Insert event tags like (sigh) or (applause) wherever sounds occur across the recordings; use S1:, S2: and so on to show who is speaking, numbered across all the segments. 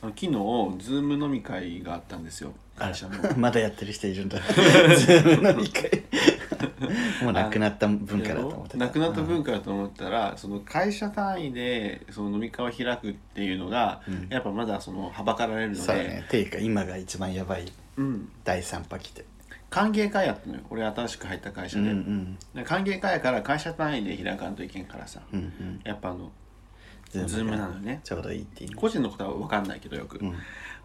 S1: あの昨日ズーム飲み会があったんですよ会社の
S2: (laughs) まだやってる人いる
S1: (laughs)
S2: んだズーム飲み会もうなくなった文化だと思ってた
S1: なくなった文化だと思ったら、その会社単位でその飲み会を開くっていうのが、
S2: うん
S1: やっぱまだそのはばかられるの
S2: そう
S1: で
S2: だねっていうか今が一番やばい
S1: うん、
S2: 第三波来て
S1: 歓迎会やったのよ俺新しく入った会社
S2: う
S1: で、
S2: んうん
S1: で歓迎会やから会社単位で開かんといけんからさ、
S2: うんうん
S1: やっぱあの
S2: ズーム
S1: ズームなのね
S2: ちょうどいいっ
S1: (laughs)
S2: ていう
S1: 個人のことは分かんないけどよく、
S2: うん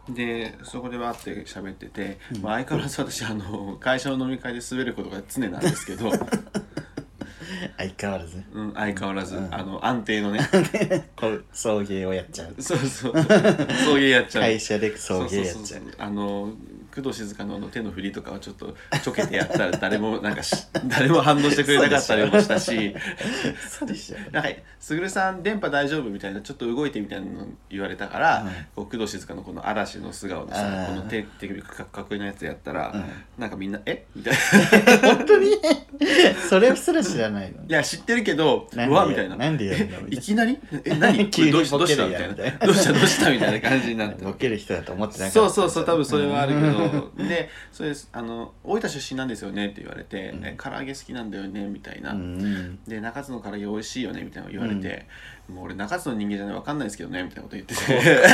S1: でそこでわーって喋ってて、まあ、相変わらず私あの会社の飲み会で滑ることが常なんです
S2: (laughs)
S1: けど、
S2: 相変わらず
S1: うん、相変わらず、
S2: うん
S1: あの安定 (laughs) のね
S2: こう送迎をやっちゃう
S1: そうそうそういうやっちゃう
S2: 会社で送迎やっち
S1: そ
S2: ゃ
S1: う
S2: う
S1: そうそうあの工藤静香のあの手の振りとかをちょっとちょけてやったら誰 (laughs) もなんかし誰も反応してくれなかったりもしたし
S2: そうでしょ
S1: なんか「すぐるさん電波大丈夫?」みたいなちょっと動いてみたいなの言われたから、
S2: うん
S1: こう工藤静香のこの嵐の素顔の
S2: あ
S1: さ
S2: ー
S1: この手手首かかっこいいのやつやったら、
S2: うん
S1: なんかみんな「えみたいな
S2: 本当に (laughs) それすら知らないの
S1: いや知ってるけど
S2: なん
S1: う
S2: で
S1: わみたいな
S2: なんでやるの
S1: え
S2: みたいない
S1: きなりえ何
S2: (laughs) 急に
S1: どうしど
S2: ボ
S1: う
S2: ケ
S1: した
S2: る
S1: み
S2: や
S1: たい
S2: ん
S1: な
S2: みたいな
S1: どうしたどうしたみたいな感じにな
S2: (laughs)
S1: って
S2: ボケる人だと思ってなかった
S1: そうそうそう多分それはあるけ
S2: うん
S1: ど、でそれですあの大分出身なんですよねって言われて、
S2: うん
S1: え唐揚げ好きなんだよねみたいな、
S2: うん
S1: で中津の唐揚げ美味しいよねみたいなの言われて、もう俺中津の人間じゃないわかんないですけどねみたいなこと言ってて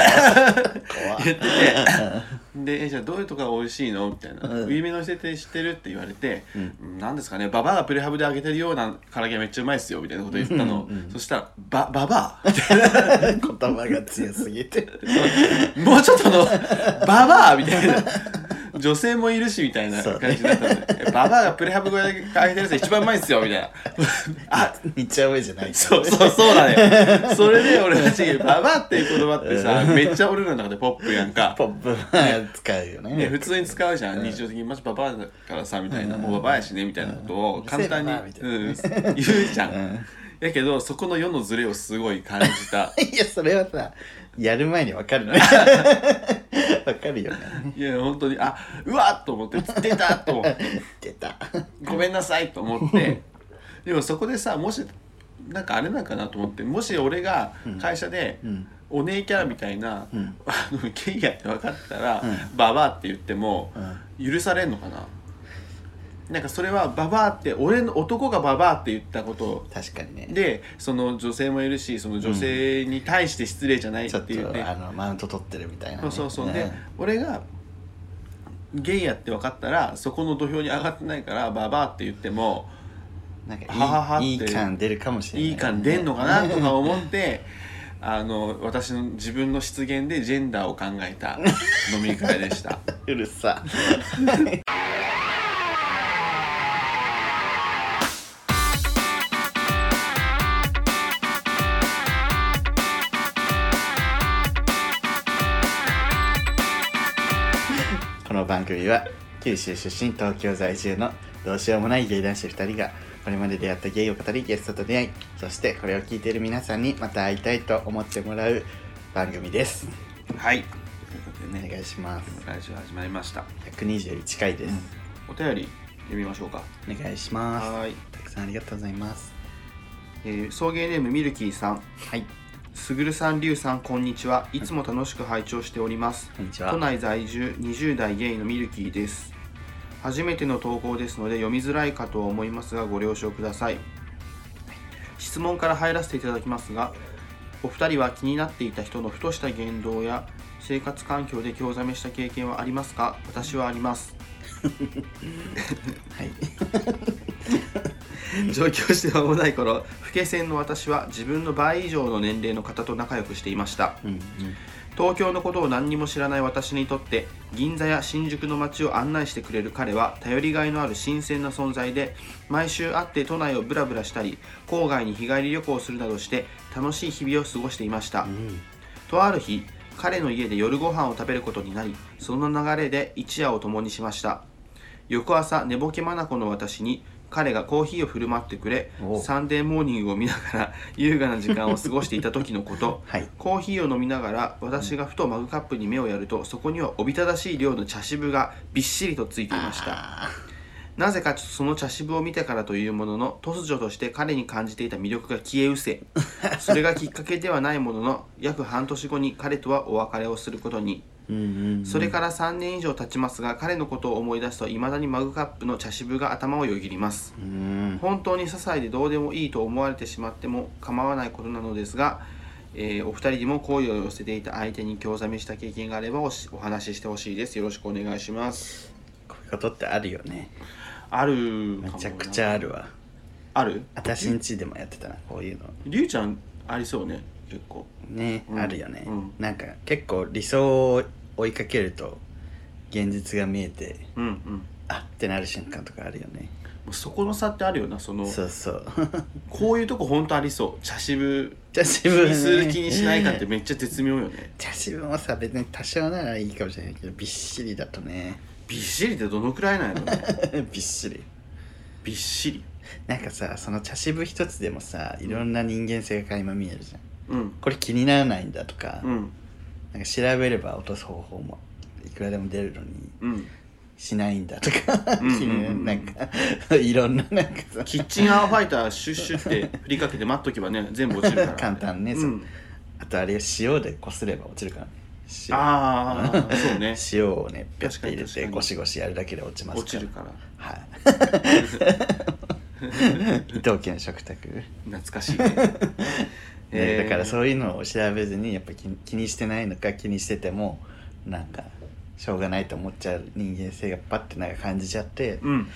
S2: 怖
S1: (laughs) 言
S2: い
S1: ってて (laughs) でえじゃあどういうとこが美味しいのみたいな
S2: うん
S1: 売り目の人って知ってるって言われて
S2: う
S1: うんなんですかねババアがプレハブで揚げてるような唐揚げめっちゃうまいっすよみたいなこと言ったの、
S2: うんうん
S1: そしたらバババ
S2: 言葉が強すぎて
S1: アもうちょっとあのババアみたいな女性もいるしみたいな感じだったので、えババアがプレハブで揚げてるやつが一番うまいっすよみた (laughs) いなあ
S2: めっちゃ上じゃない
S1: そうそうそうだね。それで俺たち、ババアっていう言葉ってさ、めっちゃ俺らの中でポップやんか。
S2: ポップは使うよね
S1: ね、普通に使うじゃん、日常的に、まじババアだからさ、みたいな、もうババアやしね、みたいなことを簡単に、
S2: うるせえ
S1: うん、言うじゃ。
S2: うんん
S1: やけど、そこの世のズレをすごい感じ (laughs) た。
S2: いやそれはさやる前にわか
S1: (laughs)
S2: るねわかるよね
S1: いや、本当に、あ、うわっと思って、出たと思って、
S2: 出た
S1: ごめんなさいと思って、でもそこでさ、もし、なんかあれなんかなと思って、もし俺が会社で、
S2: うん
S1: お姉キャラみたいな、
S2: うん
S1: あのゲイやって分かったら、
S2: うん
S1: ババアって言っても許されんのかななんかそれはババアって俺の男がババアって言ったこと
S2: 確かにね
S1: でその女性もいるしその女性に対して失礼じゃないっ
S2: ちょって
S1: いう
S2: とあ
S1: ね、
S2: のマウント取ってるみたいなね
S1: そうそうそう、
S2: ん
S1: で俺がゲイやって分かったらそこの土俵に上がってないからババアって言っても
S2: なん
S1: はははっ
S2: か
S1: て
S2: いいいい感出るかもしれない
S1: いい感出んのかなとか思って (laughs) あの私の自分の失言でジェンダーを考えた飲み会でした。
S2: (laughs) うるさこの番組は九州出身東京在住のどうしようもない芸男子2人がこれまで出会った芸を語りゲストと出会いそしてこれを聞いている皆さんにまた会いたいと思ってもらう番組です
S1: (laughs) はい。ということで
S2: お
S1: ね、
S2: 願いします
S1: 来週始まりました。
S2: 121回です、
S1: お便り読みましょうか。
S2: お願いします
S1: はーい。
S2: たくさんありがとうございます
S1: えー送迎ネームミルキーさん、
S2: はい
S1: すぐるさん、りゅうさん、こんにちは。いつも楽しく拝聴しております。
S2: こんにちは
S1: 都内在住20代ゲイのミルキーです。初めての投稿ですので読みづらいかとは思いますがご了承ください。質問から入らせていただきますが、お二人は気になっていた人のふとした言動や生活環境で興ざめした経験はありますか私はあります。 (laughs)
S2: はい
S1: 上京して間もない頃老け線の私は自分の倍以上の年齢の方と仲良くしていました
S2: うんうん
S1: 東京のことを何にも知らない私にとって銀座や新宿の街を案内してくれる彼は頼りがいのある新鮮な存在で毎週会って都内をブラブラしたり郊外に日帰り旅行をするなどして楽しい日々を過ごしていました、
S2: うん
S1: とある日彼の家で夜ご飯を食べることになりその流れで一夜を共にしました翌朝寝ぼけ眼の私に彼がコーヒーを振る舞ってくれ
S2: お
S1: サンデーモーニングを見なが
S2: (laughs)
S1: ら優雅な時間を過ごしていた時のこと
S2: はい
S1: コーヒーを飲みながら私がふとマグカップに目をやるとそこにはおびただしい量の茶渋がびっしりとついていました
S2: あ
S1: なぜかその茶渋を見てからというものの突如として彼に感じていた魅力が消え失
S2: (laughs)
S1: せそれがきっかけではないものの約半年後に彼とはお別れをすることに
S2: (laughs) うんうん
S1: それから3年以上経ちますが彼のことを思い出すと未だにマグカップの茶渋が頭をよぎります
S2: うん
S1: 本当に些細でどうでもいいと思われてしまっても構わないことなのですが、えーお二人にも好意を寄せていた相手に興ざめした経験があればおしお話ししてほしいですよろしくお願いします
S2: こういうことってあるよね
S1: あるかも
S2: め
S1: な
S2: ちゃくちゃあるわ
S1: ある
S2: 私んちでもやってたなこういうの
S1: りゅうちゃんありそうね結構
S2: ね、
S1: うん
S2: あるよね、
S1: うん
S2: なんか結構理想を追いかけると現実が見えて
S1: うんうん
S2: あってなる瞬間とかあるよね
S1: もうそこの差ってあるよなその
S2: そうそう
S1: (laughs) こういうとこ本当ありそう茶渋
S2: 茶
S1: 気
S2: 渋ね
S1: にする気にしないか
S2: (laughs)
S1: ってめっちゃ絶妙よね
S2: 茶渋もさ別に多少ならいいかもしれないけどびっしりだとね (laughs)
S1: びっしりってどのくらいなんやろね
S2: びっしり
S1: びっしり
S2: なんかさその茶渋一つでもさいろんな人間性が垣間見えるじゃ
S1: う
S2: ん
S1: ん
S2: これ気にならないんだとか,、
S1: うん
S2: なんか調べれば落とす方法もいくらでも出るのに
S1: うん
S2: しないんだとか気
S1: うんうん
S2: (laughs)
S1: うん
S2: にななんか (laughs) いろんななんかさ
S1: キッチンアワーファイターシュッシュって振りかけて待っとけばね全部落ちるから
S2: (laughs) 簡単ね
S1: う、
S2: そうんあとあれ塩でこすれば落ちるからね塩
S1: ああそう
S2: (laughs)
S1: ね
S2: 塩をねピャッ
S1: 確
S2: て
S1: かに
S2: 入れ
S1: 確か
S2: て
S1: に
S2: ゴシゴシやるだけで落ちます
S1: 落
S2: から
S1: ちるから
S2: はい
S1: (laughs)
S2: (laughs) 伊藤家の食卓、ね
S1: 懐か
S2: (laughs)
S1: しいねえー
S2: だからそういうのを調べずにやっぱ気に気にしてないのか気にしててもなんかしょうがないと思っちゃう人間性がパッてなんか感じちゃって、
S1: うん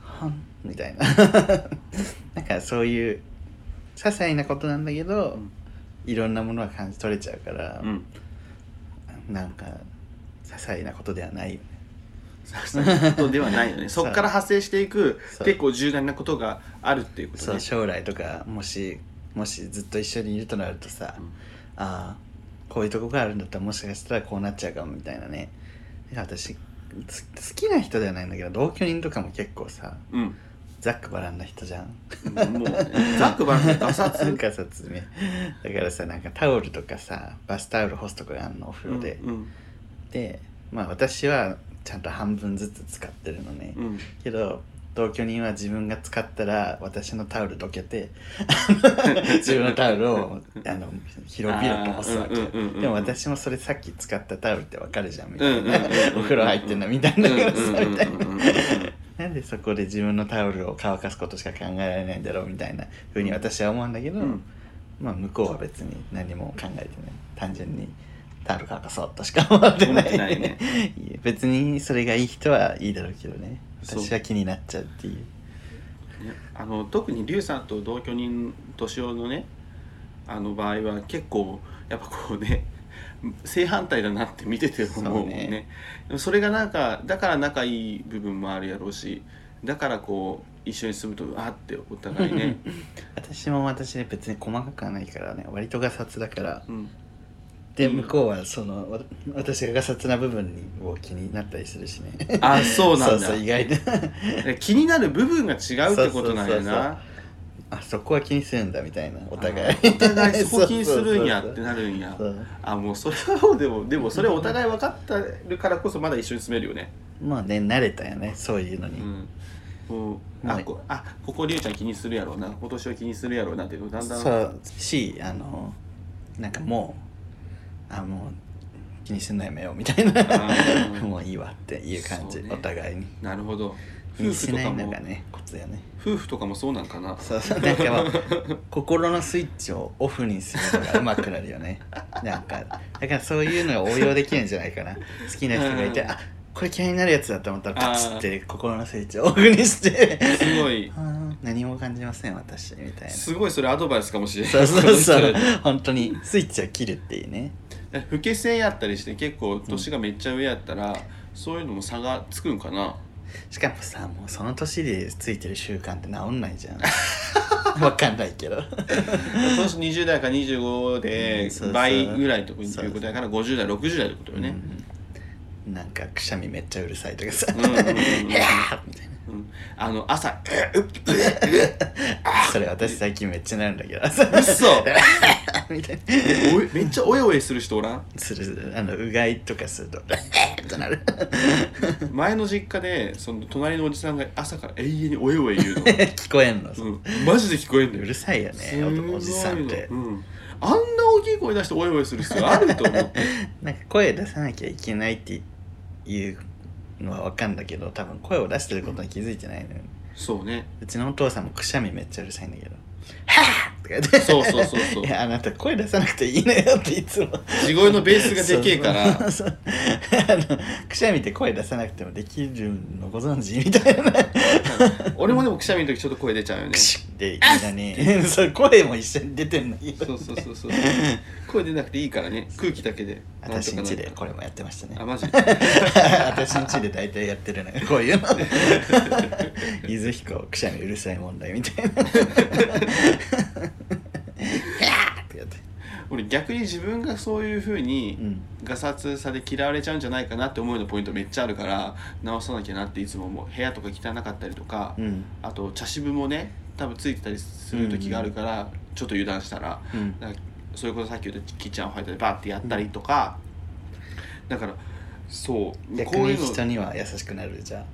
S2: はんみたいな (laughs) なんかそういう些細なことなんだけど、
S1: うん
S2: いろんなものが感じ取れちゃうから、
S1: うん
S2: なんか些細なことではないよね
S1: そういうことではない
S2: (laughs)
S1: よね
S2: そ
S1: そうっから派生していく
S2: そう
S1: 結構重大なことがあるっていうこと
S2: そう
S1: ね
S2: 将来とかもしもしずっと一緒にいるとなるとさ、
S1: うん
S2: ああこういうとこがあるんだったらもしかしたらこうなっちゃうかもみたいなねなんか私つ好きな人ではないんだけど同居人とかも結構さ
S1: うん
S2: ざっくばらんな人じゃん
S1: うんもうねざっくばらんにガサツ
S2: (laughs) ガサツねだからさなんかタオルとかさバスタオル干すとこがあんのお風呂で、
S1: うん
S2: でまあ私はちゃんと半分ずつ使ってるのね、
S1: うん
S2: けど同居人は自分が使ったら私のタオルど
S1: (laughs)
S2: けて自分のタオルをあの広々と干すわけ
S1: あーうんうんうんうん
S2: でも私もそれさっき使ったタオルってわかるじゃん
S1: うん
S2: みた
S1: うん
S2: い
S1: うん
S2: なお風呂入ってんのみたいな
S1: うんうんうんうん
S2: みたいな
S1: うん
S2: なんでそこで自分のタオルを乾かすことしか考えられないんだろうみたいなふうに私は思うんだけど、
S1: うん
S2: まあ向こうは別に何も考えてない単純にタオル乾かそうとしか思って
S1: 思
S2: ない
S1: ってないね
S2: (laughs) いや別にそれがいい人はいいだろうけどね
S1: そう
S2: 私は気になっちゃうっていう
S1: ねあの特にリュウさんと同居人年男のねあの場合は結構やっぱこうね (laughs) 正反対だなって見てて思うもん
S2: そうね
S1: ねでもそれがなんかだから仲いい部分もあるやろうしだからこう一緒に住むとうわーってお互いね、
S2: (laughs) 私も私で別に細かくはないからね割とガサツだから
S1: うん、
S2: で
S1: うん
S2: 向こうはそのわ私がガサツな部分にを気になったりするしね
S1: あ (laughs) そうなんだ
S2: そう意外と (laughs)
S1: え気になる部分が違うってことなんや
S2: そうそうそうそう
S1: な
S2: あそこは気にするんだみたいなお
S1: お
S2: 互い
S1: お互いそこ気にするんやってなるんや
S2: (laughs) そうそうそうそう
S1: あもうそれはもうでもでもそれお互い分かってるからこそまだ一緒に住めるよね
S2: まあね慣れたよねそういうのに、
S1: うんこう
S2: は
S1: あ
S2: い
S1: こあここりゅうちゃん気にするやろうな今年は気にするやろうなっていうのだんだん
S2: そうしあのなんかもうあもう気にすんのやめようみたいな
S1: ー
S2: もういいわっていう感じ
S1: そうね
S2: お互いに
S1: なるほど夫
S2: 気に
S1: 婦
S2: し
S1: と
S2: な
S1: か
S2: いの
S1: も
S2: がねコツやね
S1: 夫婦とかもそうなんかな
S2: そうそうなんかまあ心のスイッチをオフにするのがうまくなるよねなんかだからそういうのが応用できるんじゃないかな好きな人がいて、
S1: うん
S2: あこれ嫌いになるやつだと思ったら
S1: あー
S2: パチって心のスイッチをオフにして
S1: (laughs) すごい
S2: あー何も感じません私みたいな
S1: すごいそれアドバイスかもしれない
S2: そうそうそ
S1: この
S2: う
S1: 人
S2: 本当にスイッチを切るっていうね
S1: ら老け性やったりして結構年がめっちゃ上やったら、そういうのも差がつくんか
S2: (laughs)
S1: な
S2: しかもさもうその年でついてる習慣って治んないじゃ
S1: (laughs)
S2: んわかんないけど
S1: 今年20代から25で
S2: うんそうそう
S1: 倍ぐらいということやから50代60代ってことよね、
S2: うんなんかくしゃみめっちゃうるさいとかさ「
S1: う
S2: へ
S1: んうんうん
S2: (laughs)
S1: うん
S2: や!」
S1: う
S2: みたいな
S1: んあの朝
S2: それ私最近めっちゃなるんだけど
S1: うっ
S2: (laughs)
S1: そ
S2: みたいな
S1: おいめっちゃおえおえする人おらん
S2: するあのうがいとかするとってなる
S1: 前の実家でその隣のおじさんが朝から永遠におえおえ言う
S2: (laughs)
S1: の、
S2: 聞こえんの、う
S1: うん、マジで聞こえんだよ
S2: るさいよね
S1: すごいの
S2: おおじさんって
S1: うん、あんな大きい声出しておいおいする必要あると思って (laughs)
S2: なんか声出さなきゃいけないっていうのは分かんだけど多分声を出してることに気づいてないのよ、
S1: そうね
S2: うちのお父さんもくしゃみめっちゃうるさいんだけど「はぁ!」とか言って
S1: そうそうそうそう
S2: いやあなた声出さなくていいのよ」っていつも
S1: 地声のベースがでけえから
S2: そうそうあのくしゃみって声出さなくてもできるのご存知みたいな
S1: (laughs) 俺もでもくしゃみの時ちょっと声出ちゃうよね
S2: くしっていいのにそう声も一緒に出てんのよ
S1: そうそうそうそう声出なくていいから
S2: (laughs)
S1: ね空気だけでなんと
S2: 私
S1: かなんる
S2: ちでこれもやってましたね
S1: あマジ
S2: (laughs) 私んちで大体やってるのよこうい
S1: (laughs)
S2: うの伊豆彦くしゃみうるさい問題
S1: (laughs)
S2: みたいな (laughs) ってやって
S1: 俺逆に自分がそういうふうに
S2: うん
S1: ガサツさで嫌われちゃうんじゃないかなって思いのポイントめっちゃあるから直さなきゃなっていつも思う部屋とか汚かったりとか、
S2: うん
S1: あと茶渋もね多分ついてたりする時があるから、ちょっと油断したら
S2: うん
S1: だからそういうことさっき言ったキッチンホワイトでバーってやったりとか、だからそう
S2: 逆
S1: こうい
S2: に
S1: うの
S2: 人には優しくなるじゃん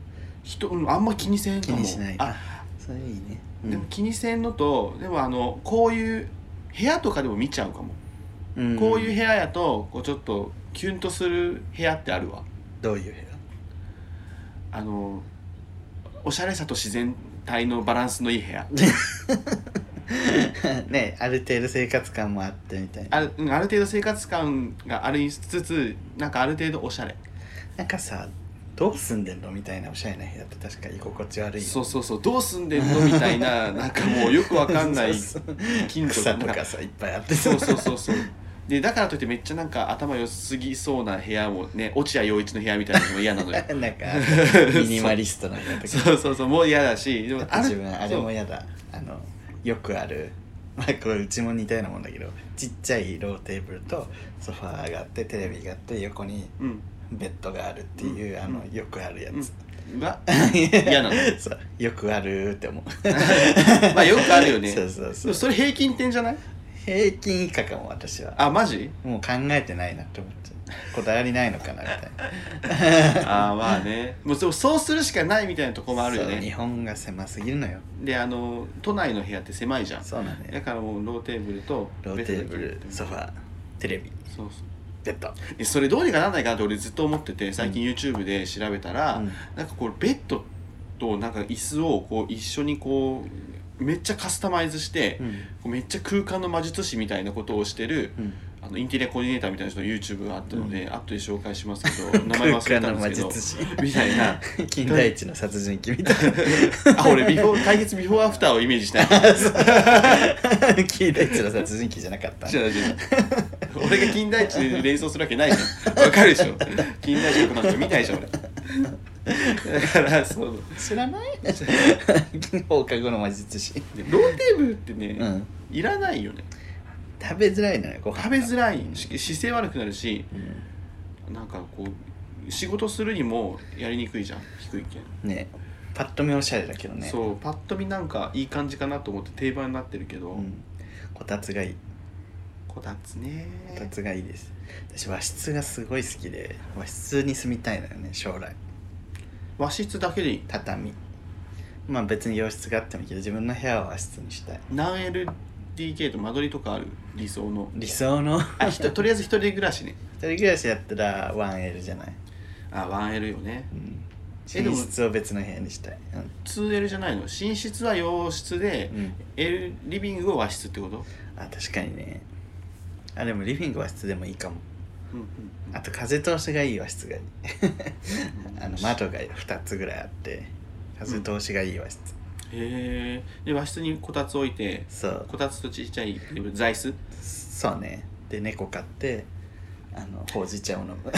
S1: 人うんあんま気にせんか
S2: 気
S1: も
S2: にしない
S1: あ
S2: それいいね、
S1: でも気にせんのとでもあのこういう部屋とかでも見ちゃうかも、
S2: うん
S1: こういう部屋やとこうちょっとキュンとする部屋ってあるわ
S2: どういう部屋
S1: あのおしゃれさと自然体のバランスのいい部屋
S2: (laughs) ねある程度生活感もあってみたいな
S1: あるうんある程度生活感がありつつなんかある程度おしゃれ
S2: なんかさどう住んでんのみたいなおしゃれな部屋って確か居心地悪いよね
S1: そうそうそうどう住んでんのみたい
S2: (laughs)
S1: ななんかもうよくわかんない
S2: そうそう
S1: 金属
S2: 草と
S1: なん
S2: かさいっぱいあって
S1: そ
S2: さ
S1: うそうそうそうでだからといってめっちゃなんか頭良すぎそうな部屋もね落合陽一の部屋みたいなのも嫌な
S2: (laughs)
S1: のよ
S2: (laughs) なんかミニマリストな部屋とか
S1: そうそうそうもう嫌だしでも
S2: あと自分あれも
S1: そう
S2: 嫌だあのよくある (laughs) まあこれうちも似たようなもんだけどちっちゃいローテーブルとソファーがあってテレビがあって横に
S1: うん
S2: ベッドがあるっていう、
S1: うん
S2: あの
S1: うん
S2: よくあるやつ、 (laughs)
S1: うんが嫌なの
S2: そうよくあるって思
S1: (laughs)
S2: う
S1: まあよくあるよね
S2: そうそうそ
S1: そうそれ平均点じゃない
S2: 平均以下かも私は
S1: あマジ
S2: もう考えてないなって思っちゃうこだわりないのかなみたいな
S1: ああまあねもうでもそうするしかないみたいなとこもあるよ
S2: そう日
S1: ね
S2: 本が狭すぎるのよ
S1: であの都内の部屋って狭いじゃん
S2: そうなの
S1: だ
S2: よ
S1: からもうローテーブルと
S2: ローテーブルソフ
S1: ァ
S2: ァーテレビ
S1: そうそう
S2: ベッド
S1: でそれどうにかならないかなって俺ずっと思ってて最近 YouTube で調べたら、
S2: うん
S1: なんかこうベッドとなんか椅子をこう一緒にこうめっちゃカスタマイズして、
S2: うん
S1: こうめっちゃ空間の魔術師みたいなことをしてる
S2: うん
S1: あのインテリアコーディネーターみたいな人の YouTube があったので、後で紹介しますけど名前
S2: 空
S1: 忘れ
S2: 間
S1: た
S2: の
S1: ん
S2: 魔
S1: ですけど
S2: 術師
S1: みたいな
S2: 金田一の殺人鬼みたいな
S1: あ俺ビフォー解決ビフォーアフターをイメージし
S2: (laughs)
S1: ない
S2: 金田一の殺人鬼じゃなかった
S1: 違う違う俺が金田一で連想するわけないじゃんわかるでしょ金田一のことなんか見ないじゃん俺だからそう
S2: 知らない放課後の魔術師
S1: でローテーブルってね、
S2: うん
S1: いらないよね
S2: 食べづらいのよご飯
S1: 食べづらいし姿勢悪くなるし
S2: うん
S1: なんかこう仕事するにもやりにくいじゃん低いけん、
S2: ねパッと見おしゃれだけどね
S1: そうパッと見なんかいい感じかなと思って定番になってるけど、
S2: うんこたつがいい
S1: こたつね
S2: こたつがいいです私和室がすごい好きで和室に住みたいのよね将来
S1: 和室だけでいい
S2: 畳まあ別に洋室があってもいいけど自分の部屋は和室にしたい
S1: 何 LDK と間取りとかある理想の
S2: 理想の
S1: あひととりあえず一人暮らしね
S2: 一人暮らしだったら 1L じゃない、
S1: あ 1L よね
S2: うん、
S1: えで
S2: 寝
S1: も
S2: 室を別の部屋にしたい、うん、
S1: 2L じゃないの寝室は洋室で、
S2: うん
S1: L リビングを和室ってこと
S2: あ確かにねあでもリビング和室でもいいかも
S1: うんうんうん
S2: あと風通しがいい和室がいい
S1: うん
S2: (laughs) あの窓が2つぐらいあって風通しがいい和室、
S1: へえで和室にこたつ置いて
S2: そう
S1: こたつとちっちゃいテーブル座椅
S2: (laughs)
S1: 子
S2: そうねで猫飼ってあのほうじ茶を飲む (laughs)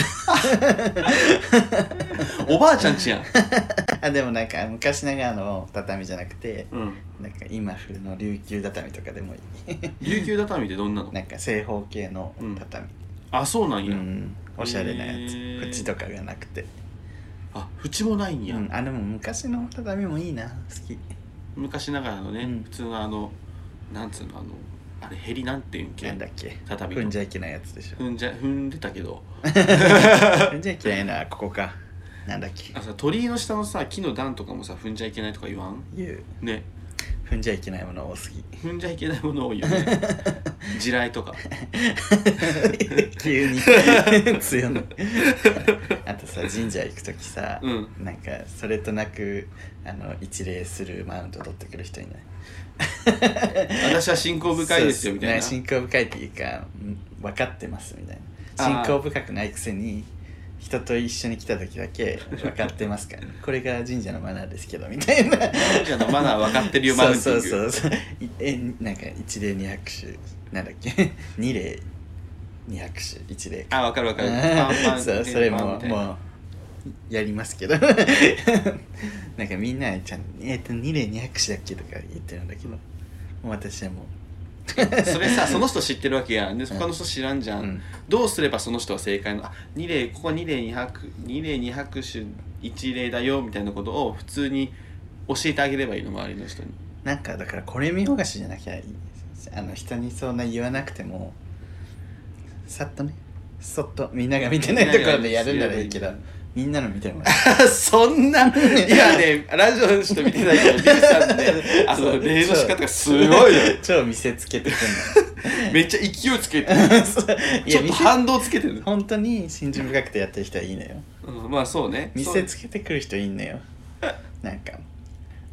S1: おばあちゃんちや
S2: (laughs)
S1: ん、
S2: あでもなんか昔ながらの畳じゃなくて
S1: うん、
S2: なんか今風の琉球畳とかでもいい (laughs)
S1: 琉球畳ってどんなの
S2: なんか正方形の畳、
S1: あそうなん
S2: うん
S1: や、
S2: おしゃれなやつ
S1: へー
S2: 縁とかがなくて、
S1: あ縁もないんや、
S2: うん、あでも昔の畳もいいな好き
S1: 昔ながらのね、
S2: うん
S1: 普通のあのなんつうのあのあれヘリなんていうんけ
S2: なんだっけ
S1: 畳の
S2: 踏んじゃいけないやつでし
S1: (laughs)
S2: ょ
S1: 踏んじゃ踏んでたけど
S2: 踏んじゃいけないのはここかなんだっけ
S1: あさ鳥居の下のさ木の段とかもさ踏んじゃいけないとか言わん
S2: 言う
S1: ね
S2: 踏んじゃいけないもの多
S1: (laughs)
S2: すぎ
S1: 踏んじゃいけないもの多いよね
S2: (laughs)
S1: 地雷とか (laughs)
S2: 急に強いあとさ神社行く時さ、
S1: うん
S2: なんかそれとなくあの一礼するマウント取ってくる人いない
S1: 私は信仰深いですよみたいな
S2: そうそう信仰深いっていうかうん分かってますみたい
S1: あ
S2: な
S1: ー
S2: 信仰深くないくせに人と一緒に来た時だけ分かってますから、ね、 (laughs) これが神社のマナーですけどみたいな
S1: 神社のマナー分かってるよマウンティン
S2: そう
S1: グ
S2: そうそういえなんか一礼二拍手なんだっけ (laughs) 二礼二拍手一礼
S1: あ分かる分かるパンパン
S2: (laughs) そうそれ
S1: パンパン
S2: も
S1: みたいな
S2: もうやりますけど (laughs) なんかみんなちゃん「えっと二礼二拍手だっけ?」とか言ってるんだけどもう私はも
S1: それさその人知ってるわけやんで他の人知らんじゃん、
S2: うん
S1: どうすればその人は正解のあ二例ここ2例2拍2例2拍手1例だよみたいなことを普通に教えてあげればいいの周りの人に
S2: うなんかだからこれ見よがしじゃなきゃいいあの人にそんな言わなくてもさっとねそっとみんなが見てないところでやるならいいけどみんなの見てもら
S1: (laughs)
S2: う
S1: そんな、いやね、ラジオの人見てないけど、リュウさん
S2: (laughs)
S1: ね、あの、礼の仕方がすごいよ。
S2: 超見せつけてく
S1: めっちゃ勢いつけて
S2: ん (laughs)
S1: る、
S2: のそうい
S1: ち
S2: や
S1: ょっ
S2: 見
S1: と
S2: せ
S1: 反動つけてる。
S2: 本当に信心深くてやってる人はいいのよ
S1: うん、まあそうね。
S2: 見せつけてくる人いいんのよなんか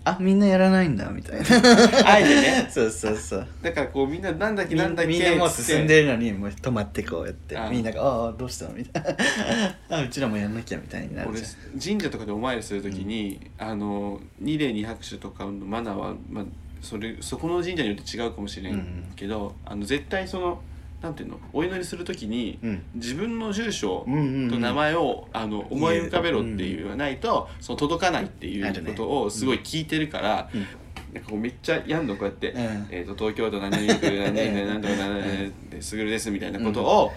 S2: あみんなやらないんだみたいな
S1: そうあえてね。
S2: (laughs) そうそうそう
S1: だからこう、みんな、なんだっけ、
S2: み
S1: なんだっけ、
S2: みんなもう
S1: つって
S2: 進んでるのにもう止まってこうやって
S1: ああ
S2: みんなが「ああどうしたの?」みたいな「あ (laughs) うちらもやんなきゃ」みたいになる
S1: 俺
S2: じゃん
S1: 神社とかでお参りするときに、あの二礼二拍手とかのマナーは、まあ、それそこの神社によって違うかもしれ
S2: うんん
S1: けど、あの絶対そのなんていうのお祈りするときに、
S2: うん
S1: 自分の住所
S2: うんうんうん
S1: と名前を、あの思い浮かべろって言わないと、その届かないってい
S2: ある
S1: う
S2: ね
S1: ことをすごい聞いてるから、
S2: うん
S1: なんかこうめっちゃやんのこうやって、
S2: ん
S1: えー、と東京都何々区何々何とか何々ですぐるですみたいなことを、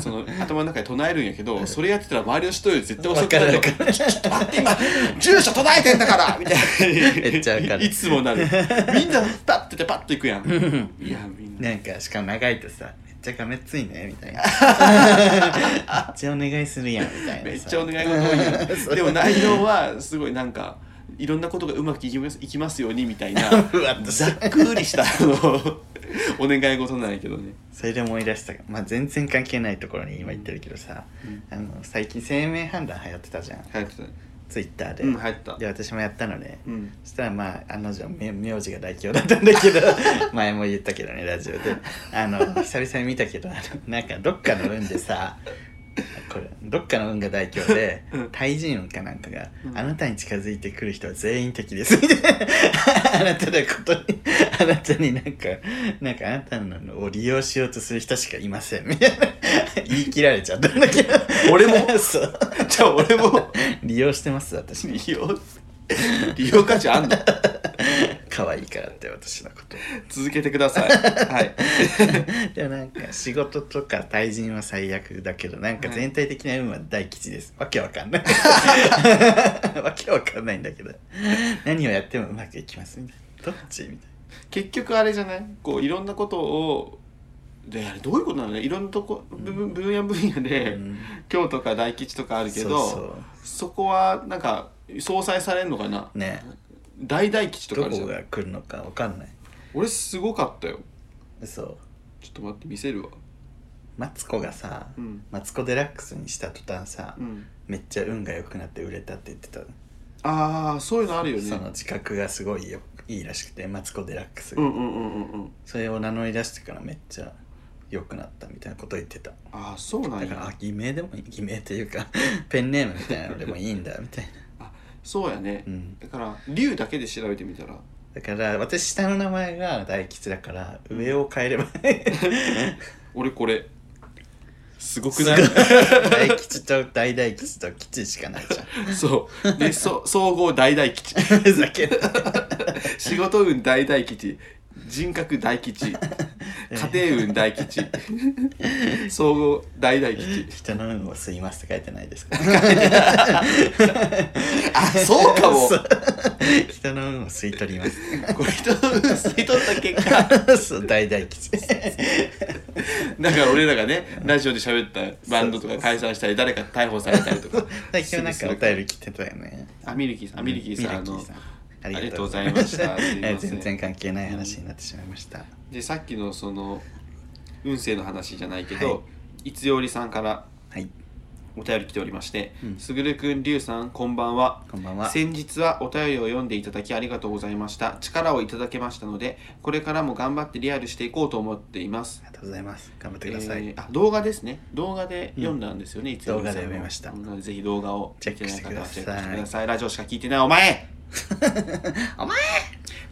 S1: その頭の中で唱えるんやけどそれやってたら周りの人より絶対遅くなる
S2: わかるわかる
S1: ちょっと待って今住所唱えてんだからみたいな
S2: (laughs) めっちゃわかる
S1: いつもなるみんなパッててパッと行くやんいやみんな、
S2: (laughs) なんかしかも長いとさ「めっちゃがめついね」
S1: (laughs)
S2: みたいな「めっちゃお願いするやん」みたいなさ
S1: めっちゃお
S2: (laughs)
S1: 願い事多いやんでも内容はすごいなんかいろんなことがうまくいきますいきますようにみたい
S2: (laughs)
S1: な
S2: ふわっと
S1: ざ
S2: さ
S1: っくりしたあのお願い事なんやけどね
S2: それで思い出したが、まあ、全然関係ないところに今言ってるけどさ、
S1: うん
S2: あの最近生命判断流行ってたじゃん
S1: 流行ってた
S2: ツイッターで、
S1: うん流行ってた
S2: で私もやったのね、
S1: うん
S2: そしたらまあ案の定名名字が大凶だったんだ
S1: (laughs)
S2: けど前も言ったけどねラジオであの久々に見たけどあのなんかどっかの運でさこれどっかの運が大凶で
S1: うん
S2: 対人運かなんかが、
S1: うん
S2: あなたに近づいてくる人は全員敵です」みたいな (laughs) あなたのことにあなたになんかなんかあなたのを利用しようとする人しかいませんみたいな言い切られちゃったんだけど
S1: 俺も
S2: (laughs) そう
S1: じゃあ俺も
S2: (laughs) 利用してます私
S1: 利用利用価値あんの
S2: 可愛いからって私のこと
S1: 続けてくださいはい
S2: (laughs) でもなんか仕事とか対人は最悪だけどなんか全体的な運は大吉です、わけわか
S1: (laughs)
S2: んないわけわかんないんだけど何をやってもうまくいきますみたいなどっちみたい
S1: 結局あれじゃないこういろんなことをであれどういうことなのねいろんなとこ部分分野分野
S2: な、
S1: で、
S2: うん
S1: 京都か大吉とかあるけど
S2: そう
S1: そ
S2: そ
S1: こはなんか相殺されんのかな
S2: うね
S1: 大大吉とか
S2: ど
S1: あるじ
S2: こ
S1: ゃん
S2: が来るのかわかんない
S1: 俺すごかったよ
S2: そう
S1: ちょっと待って見せるわ
S2: マツコがさ、
S1: うん
S2: マツコ・デラックスにした途端さ、
S1: うん
S2: めっちゃ運が良くなって売れたって言ってた
S1: ああそういうのあるよ
S2: そ
S1: ね
S2: の自覚がすごいよいいらしくてマツコ・デラックスが、
S1: うんうんうんうんうん
S2: それを名乗り出してからめっちゃ良くなったみたいなこと言ってた
S1: ああそうなん
S2: だ
S1: や
S2: からあ偽名でもいい偽名っていうか (laughs) ペンネームみたいなのでもいいんだみたいな、
S1: あそうやね、
S2: うん、
S1: だから龍だけで調べてみたら
S2: だから私下の名前が大吉だから上を変えれば
S1: 俺これすごく
S2: す
S1: (laughs)
S2: ご
S1: ないい
S2: 大吉と大大吉と吉しかないじゃ
S1: (laughs)
S2: ん
S1: そうでそ総合大大
S2: (laughs)
S1: 吉
S2: ふざけんな (laughs)
S1: 仕事運大大吉人格大吉家庭運大吉総合大大吉
S2: 人の運を吸いますって書いてないですか
S1: あ (laughs) そうかも
S2: そう人の運を吸い取ります
S1: これ人の運吸い取った結果
S2: そう大大吉です
S1: (laughs) だから俺らがねラジオで喋ったバンドとか解散したり誰か逮捕されたりとか
S2: (laughs) 最近なんかお便り来てたよね
S1: あミルキーさんあミルキーさんあ
S2: ミル
S1: の
S2: キーさん
S1: ありがとうございま
S2: (laughs)
S1: したすいません
S2: 全然関係ない話になってしまいました
S1: でさっきのその運勢の話じゃないけど、、
S2: はい
S1: つよりさんから
S2: はい
S1: お便り来ておりまして
S2: うん
S1: 「すぐるくんりゅうさんこんばんは」
S2: こんばんは
S1: 先日はお便りを読んでいただきありがとうございました力をいただけましたのでこれからも頑張ってリアルしていこうと思っています
S2: ありがとうございます頑張ってください、
S1: えーあ動画ですね動画で読んだんですよね、いつよりさんの
S2: 動画で読みました
S1: なのでぜひ動画を
S2: チェックしてください
S1: 見てない方はチェックしてくださいラジオしか聞いてないお
S2: (laughs)
S1: 前
S2: お前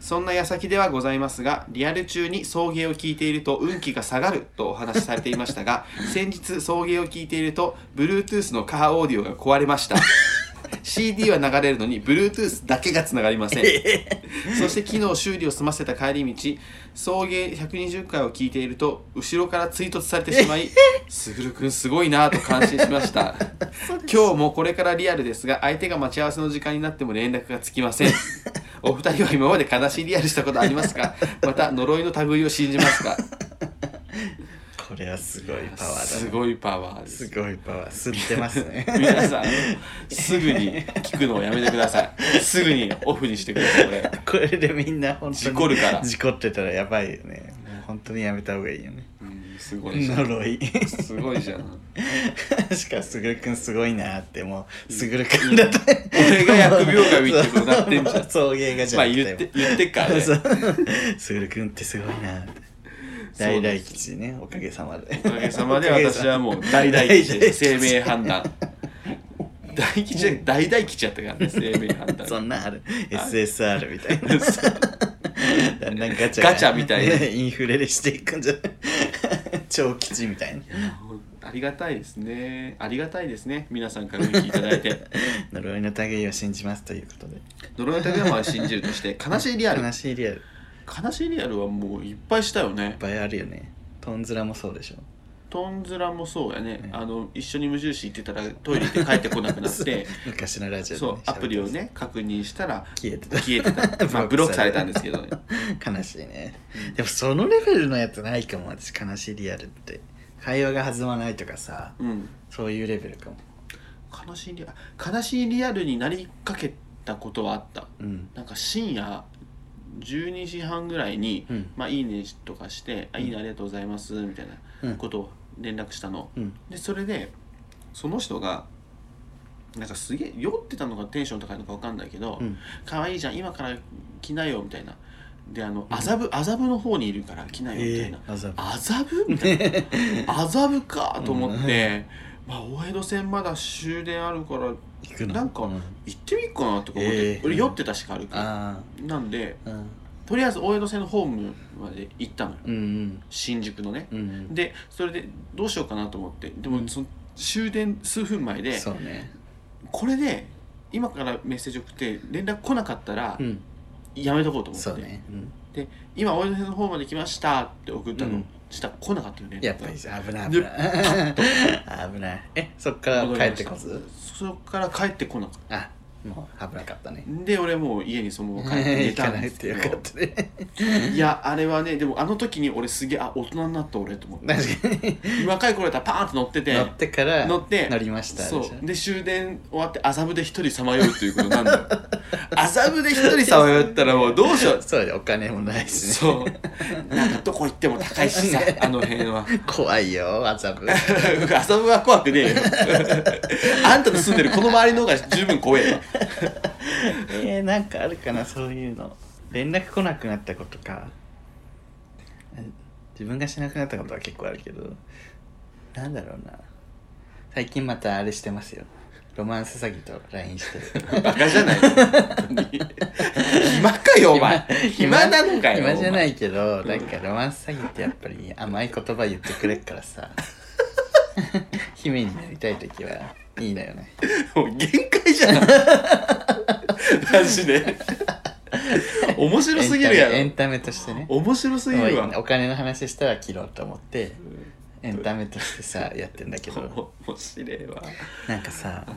S1: そんな矢先ではございますがリアル中に送迎を聞いていると運気が下がるとお話しされていました
S2: (laughs)
S1: が先日送迎を聞いていると Bluetooth のカーオーディオが壊れま
S2: (laughs)
S1: した CD は流れるのに Bluetooth だけがつながりま
S2: (laughs)
S1: せんそして昨日修理を済ませた帰り道送迎120回を聞いていると後ろから追突されてしま
S2: (laughs)
S1: い「すぐるくんすごいな」と感心しました今日もこれからリアルですが相手が待ち合わせの時間になっても連絡がつきません
S2: (laughs)
S1: お二人は今まで悲しいリアルしたことありますかまた呪いの類を信じますか
S2: これはすごいパワーだ、ね、
S1: すごいパワーです
S2: すごいパワー吸ってますね
S1: 皆さんすぐに聞くのをやめてくださいすぐにオフにしてくださいこれ
S2: (laughs) これでみんな本当に
S1: 事故るから
S2: 事故ってたらやばいよねもう本当にやめた方がいいよね
S1: うんすごいじゃ
S2: (laughs)
S1: ん
S2: 呪い
S1: すごいじゃん
S2: しかもすぐるくんすごいなってもうすぐるくんだって
S1: 俺が疫病神ってことになってんじゃん
S2: 送迎がじゃ
S1: まあ
S2: なく
S1: 言って
S2: も
S1: 言ってっ (laughs) からね
S2: そうすぐるくんってすごいなって大大吉ねおかげさまで
S1: おかげさまで私はもう (laughs) 大大吉です生命判断大吉じゃなくて大大吉やったからね生命判断
S2: そんなんある SSR みたいな
S1: そう
S2: だんだんガチャ
S1: ガチャみたいな
S2: インフレでしていくんじゃない超吉みたいな
S1: ありがたいですねありがたいですね皆さんから見ていただい (laughs) て
S2: 呪いの類を信じますということで
S1: 呪いの類はまあ信じるとして悲しいリアル
S2: 悲しいリアルいっ
S1: 悲しいリアルはもういっぱいしたよね
S2: ぱいあるよねトンズラもそうでしょ
S1: トンズラもそうやね
S2: ね
S1: あの一緒に無印行ってたらトイレ行って帰ってこなくなって
S2: 昔のラジオ
S1: (laughs)
S2: で
S1: そ
S2: ね、
S1: うアプリをね確認した (laughs) ら
S2: 消えてた
S1: 消えてた、
S2: (laughs)
S1: まあ、ブロックされたんですけどね
S2: 悲しいねでもそのレベルのやつないかも私悲しいリアルって会話が弾まないとかさ
S1: うん
S2: そういうレベルかも
S1: 悲しいリア悲しいリアルになりかけたことはあった
S2: うん
S1: なんか深夜12時半ぐらいに「
S2: うん
S1: まあ、いいね」とかして「あ
S2: うん
S1: いいねありがとうございます」みたいな
S2: うん
S1: ことを連絡したの、
S2: うん
S1: でそれでその人がなんかすげえ酔ってたのかテンション高いのか分かんないけど
S2: うん
S1: 「可、愛、いじゃん今から来なよ」みたいなであの麻布麻布の方にいるから来なよみたい
S2: え
S1: な
S2: ー、あざ
S1: 麻布みたいな麻布かと思って、まあ、大江戸線まだ終電あるから
S2: 行くの
S1: なんか
S2: う
S1: 行ってみっかなとか思って、
S2: えー
S1: 俺酔ってたしかあるから
S2: あ
S1: なんで
S2: あうん
S1: とりあえず大江戸線のホームまで行ったのよ
S2: うん
S1: 新宿のね
S2: うんうん
S1: でそれでどうしようかなと思ってで
S2: う
S1: も
S2: ん
S1: その終電数分前で
S2: そうね
S1: これで今からメッセージ送って連絡来なかったら
S2: うん
S1: やめとこうと思って、
S2: そうねうん
S1: 今大江戸線の方まで来ましたって送ったの、
S2: うん
S1: したら来なかったよね
S2: やっぱりさ危ない危
S1: で
S2: ない (laughs) 危ないえそっから帰ってこず
S1: そこから帰ってこなかっ
S2: あもう危なかったね
S1: たで俺もう家にそのまま帰って寝
S2: 行
S1: た
S2: か
S1: ん
S2: な
S1: で
S2: い
S1: すけ
S2: て (laughs) よ
S1: ど
S2: かったね
S1: いやあれはねでもあの時に俺すげえあ大人になった俺と思って
S2: 確かに
S1: 若い頃やったらパーンと乗ってて
S2: 乗ってから
S1: 乗って
S2: 乗りました
S1: そ
S2: でしょ
S1: うで終電終わって麻布で一人さまようっていうことなんだ
S2: (laughs)
S1: よ麻布で一人さまよったらもうどうしよう
S2: そうよお金もないしね
S1: そうなんかどこ行っても高いしさあの辺は
S2: (laughs) 怖いよ (laughs)
S1: (laughs)
S2: 麻布
S1: 麻布は怖くねえよあんたの住んでるこの周りの方が十分怖えわ
S2: えー、なんかあるかなそういうの連絡来なくなったことかえ自分がしなくなったことは結構あるけどなんだろうな最近またあれしてますよロマンス詐欺と LINE してる
S1: バカじ
S2: (laughs)
S1: ゃないの本当に暇か (laughs) よお前暇なのかよ
S2: 暇じゃないいけどなんかロマンス詐欺ってやっぱり甘い言葉言ってくれっか
S1: (laughs)
S2: らさ姫になりたい時はいいのよね (laughs)
S1: もう限界じゃないマジで面白すぎるやろ
S2: エンタメエンタメとしてね
S1: 面白すぎるわ
S2: もうお金の話したら切ろうと思って
S1: うん
S2: エンタメとしてさやってんだけど
S1: (laughs) 面白いわ
S2: なんかさ
S1: あ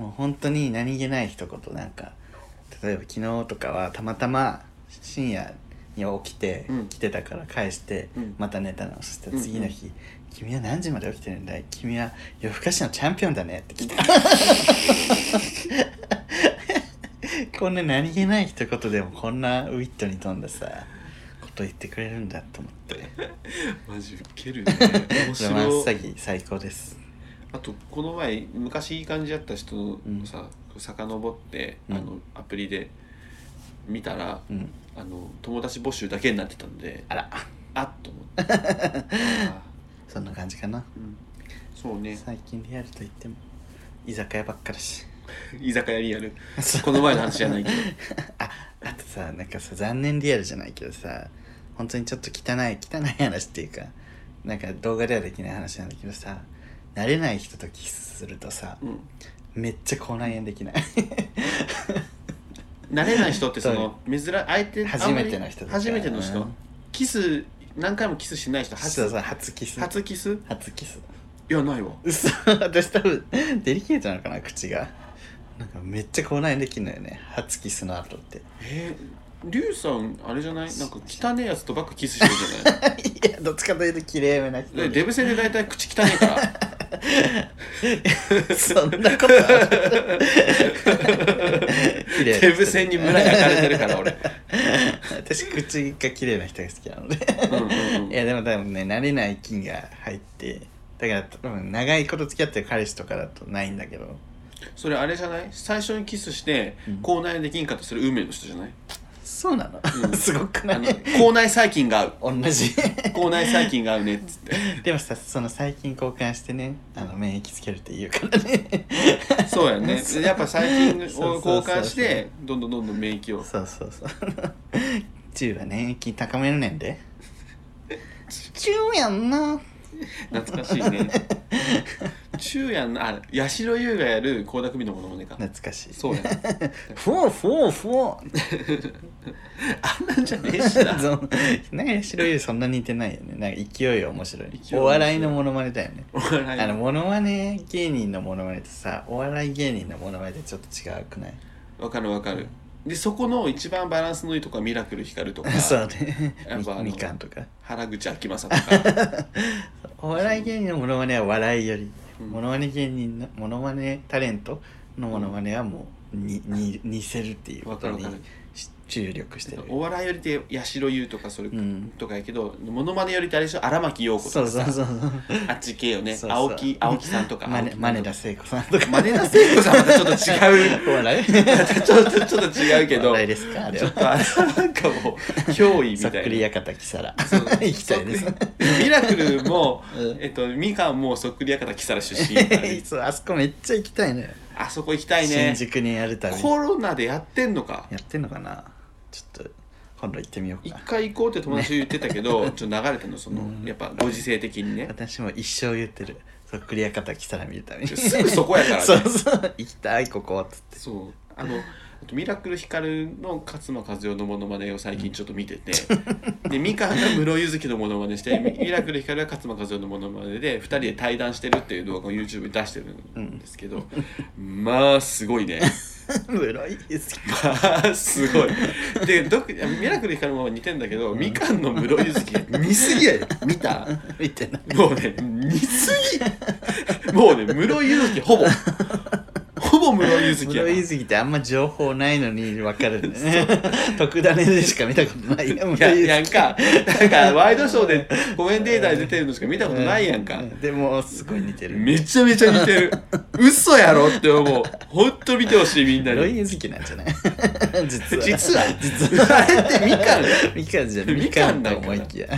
S2: もう本当に何気ない一言なんか例えば昨日とかはたまたま深夜に起きて、
S1: うん
S2: 来てたから返して、
S1: うん
S2: また寝たのそしたら次の日、君は何時まで起きてるんだい君は夜更かしのチャンピオンだね」っ
S1: (laughs)
S2: て来たこんな何気ない一言でもこんなウィットに富んださこと言ってくれるんだと思って
S1: ーマジウケるね (laughs)
S2: (laughs)
S1: 面
S2: ロマン
S1: 白
S2: ス
S1: い
S2: 詐欺最高です
S1: あとこの前昔いい感じだった人の
S2: うん
S1: さ、遡って、
S2: うん
S1: あのアプリで見たら
S2: うん
S1: あの友達募集だけになってたんで
S2: あら
S1: あっと思
S2: (laughs)
S1: ってあー
S2: そんな感じかな
S1: うんそうね
S2: 最近リアルと言っても居酒屋ばっかだし
S1: 居酒屋リアル (laughs) この前の話じゃないけど
S2: (laughs) ああとさなんかさ残念リアルじゃないけどさ本当にちょっと汚い汚い話っていうかなんか動画ではできない話なんだけどさ慣れない人とキスするとさ
S1: うん
S2: めっちゃ口内炎できない
S1: (laughs) 慣れない人ってその珍相手
S2: 初めての人
S1: あん
S2: と
S1: ま
S2: か
S1: り初めての
S2: う
S1: 人
S2: ん
S1: キス何回もキスしない人
S2: 初
S1: 初
S2: さ初キス
S1: 初キス
S2: 初キス
S1: いやないわ
S2: 嘘私多分デリケートなのかな口がなんかめっちゃ口内炎できるのよね初キスの後って (laughs)
S1: えー、リュウさんあれじゃないなんか汚いやつとばっかキスしてるじ
S2: (laughs)
S1: ゃない
S2: いやどっちかというと綺麗めな人
S1: でデブ戦で大体口汚いから
S2: (laughs) そんなこと
S1: (laughs)
S2: ある綺麗な人
S1: デブ戦に村焼かれてるから俺
S2: 私口が綺麗な人が好きなので
S1: うんうんうん
S2: いやでも多分ね慣れない菌が入ってだから多分長いこと付き合ってる彼氏とかだとないんだけど
S1: それあれじゃない最初にキスして
S2: うん
S1: 口内炎できんかったそれ運命の人じゃない
S2: そうなの、
S1: うん
S2: すごく (laughs) な
S1: あの
S2: い
S1: 口内細菌が合う
S2: (laughs) 同じ
S1: 口内細菌が合うねっつっ
S2: (laughs)
S1: て
S2: でもさその細菌交換してねあの免疫つけるって言うからね
S1: そうやね
S2: そう
S1: やっぱ細菌を
S2: そうそう
S1: 交
S2: そう
S1: 換してどんどんどんどん免疫を
S2: そうそうそうチューは免疫高めるねんでチューやんな
S1: 懐かしい
S2: (laughs)
S1: ね中やんなあ八代優がやる倖田來未のものもねか
S2: 懐かしい
S1: そうや
S2: (laughs)
S1: ん
S2: フォーフォーフォー
S1: あんなんじゃねえし
S2: (laughs)
S1: な
S2: なんか白いそんな似てないよねなんか勢いが面白い
S1: 勢い面白い
S2: お笑いのモノマネだよね
S1: お笑い
S2: あのモノマネ芸人のモノマネとさお笑い芸人のモノマネでちょっと違うくない
S1: わかるわかるでそこの一番バランスのいいとこはミラクル光るとか
S2: (laughs) そうね
S1: やっぱあの
S2: みみかんとか
S1: 原口あきまさと
S2: (laughs)
S1: か
S2: お笑い芸人のモノマネは笑いより、
S1: うん
S2: モノマネ芸人のモノマネタレントのモノマネはもうにに似せるっていうこ
S1: わか
S2: と
S1: るわ
S2: に
S1: かる
S2: 注力してる
S1: お笑いよりって八代優とかそれ
S2: うん
S1: とかやけどモノマネよりってあれでしょ荒牧陽子と
S2: そう
S1: か
S2: そう
S1: さ
S2: そうそう
S1: あっち系よね
S2: そうそう
S1: 青木青木さんとか
S2: マ
S1: 青木
S2: ネ
S1: さんとか
S2: マネダ聖子さんとか
S1: マネダ聖子さんはまたちょっと違う
S2: お笑い
S1: ちょっとちょっと違う (laughs) け
S2: お
S1: ど
S2: 笑いですかあれ
S1: ちょっ
S2: は
S1: とあのなんかもう憑依み
S2: そったくり
S1: いな。
S2: 屋形キサラ
S1: そう
S2: 行きたいです
S1: そっくりミラクルも、
S2: うん
S1: えっと、みかんもそっくりやから木更津出身やからね
S2: (laughs) (laughs) そうあそこめっちゃ行きたいのよ、
S1: あそこ行きたいね
S2: 新宿にやるたび
S1: コロナでやってんのか
S2: やってんのかなちょっと今度行ってみよう
S1: 一
S2: か
S1: 回行こうって友達言ってたけど、ちょっと流れたのその、
S2: うん
S1: やっぱご時世的にね
S2: 私も一生言ってるそっくり屋形キサラ見るたびに
S1: すぐそこやからね
S2: そうそう行きたいここっつって
S1: そうあのあとミラクルヒカルの勝間和代のモノマネを最近ちょっと見てて、でみかんが室井ゆずきのモノマネ
S2: (laughs)
S1: してミミラクルヒカルが勝間和代のモノマネで2人で対談してるっていう動画を YouTube に出してるんですけ
S2: (laughs)
S1: ど、まあすごいね
S2: 室井ゆずき
S1: まあすごいでどくミラクルヒカルも似てんだけど、みかんの室井ゆずき似すぎやで見た
S2: 見てない
S1: もうね、似すぎもうね、室井祐樹ほ
S2: (laughs)
S1: ぼ。ほぼ室井祐樹や
S2: 室井ゆずきってあんま情報ないのに分かるんだ
S1: (laughs)
S2: よね特ダネでしか見たことないよ
S1: な。
S2: 室井ゆ
S1: いや、
S2: ず
S1: やんか、なんか、ワイドショーでコメンテーターに出てるのしか見たこと
S2: き
S1: ないやんか
S2: う。でもすごい似てる
S1: めちゃめちゃ似てる。嘘やろって思う。ほんと見てほしい、みんな
S2: 室井
S1: に。
S2: ゆずきなんじゃない (laughs) 実は
S1: 実は、あれってみかん。
S2: みかんじゃ
S1: み
S2: み
S1: か
S2: か
S1: ん
S2: ん
S1: だ
S2: と
S1: から
S2: 思いきや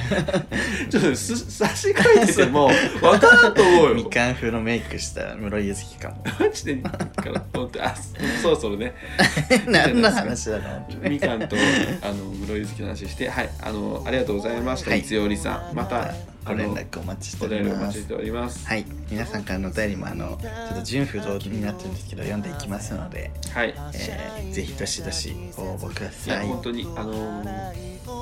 S1: ちょっとす差し替えてても、わからんと思うよ。
S2: みかん風のメイクした室井ゆずきかも (laughs)
S1: マジで、だから本当あそろそろね
S2: 何の話だろう
S1: みかんとあの室井月の話してはいあのありがとうございました、
S2: はい
S1: いつよりさんまた
S2: ご連絡お待ちして
S1: お
S2: おり
S1: 便りお
S2: ま
S1: 待ちし
S2: す
S1: ております
S2: はい皆さんからのお便りもあのちょっと順不同時になってるんですけど読んでいきますので、
S1: はい、
S2: えー、ぜひどしどしご応募くだ
S1: いや
S2: さい
S1: 本当にあの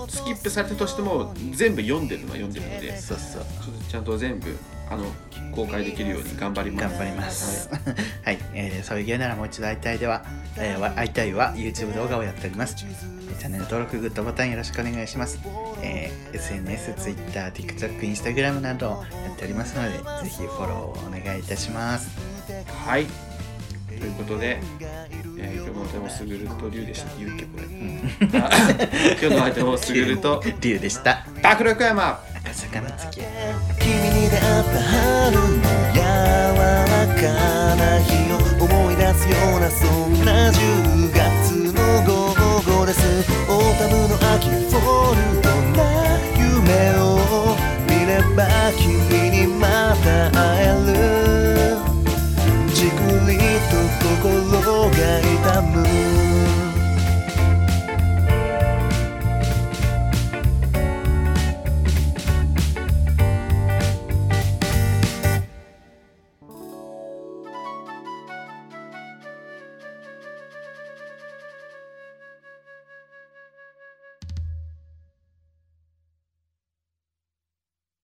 S1: スキップされたとしても全部読んでるのは読んでるので
S2: そう
S1: ちょ
S2: そう
S1: っとちゃんと全部あの公開できるように頑張ります
S2: 頑張ります。 (laughs) はい、えー、そういう芸ならもう一度会いたいでは、えーわ、会いたいは YouTube 動画をやっております。チャンネル登録、グッドボタンよろしくお願いします。えー、SNS、Twitter、TikTok、Instagram などをやっておりますので、ぜひフォローをお願いいたします。
S1: はい、はい、ということで、えー、今日のお手もすぐるとりゅうでしたっけ言うっけこれ、あ今日のお手もすぐると
S2: リュウでした。
S1: 爆力山
S2: 赤坂の月。
S3: 君に出会った春の柔らかな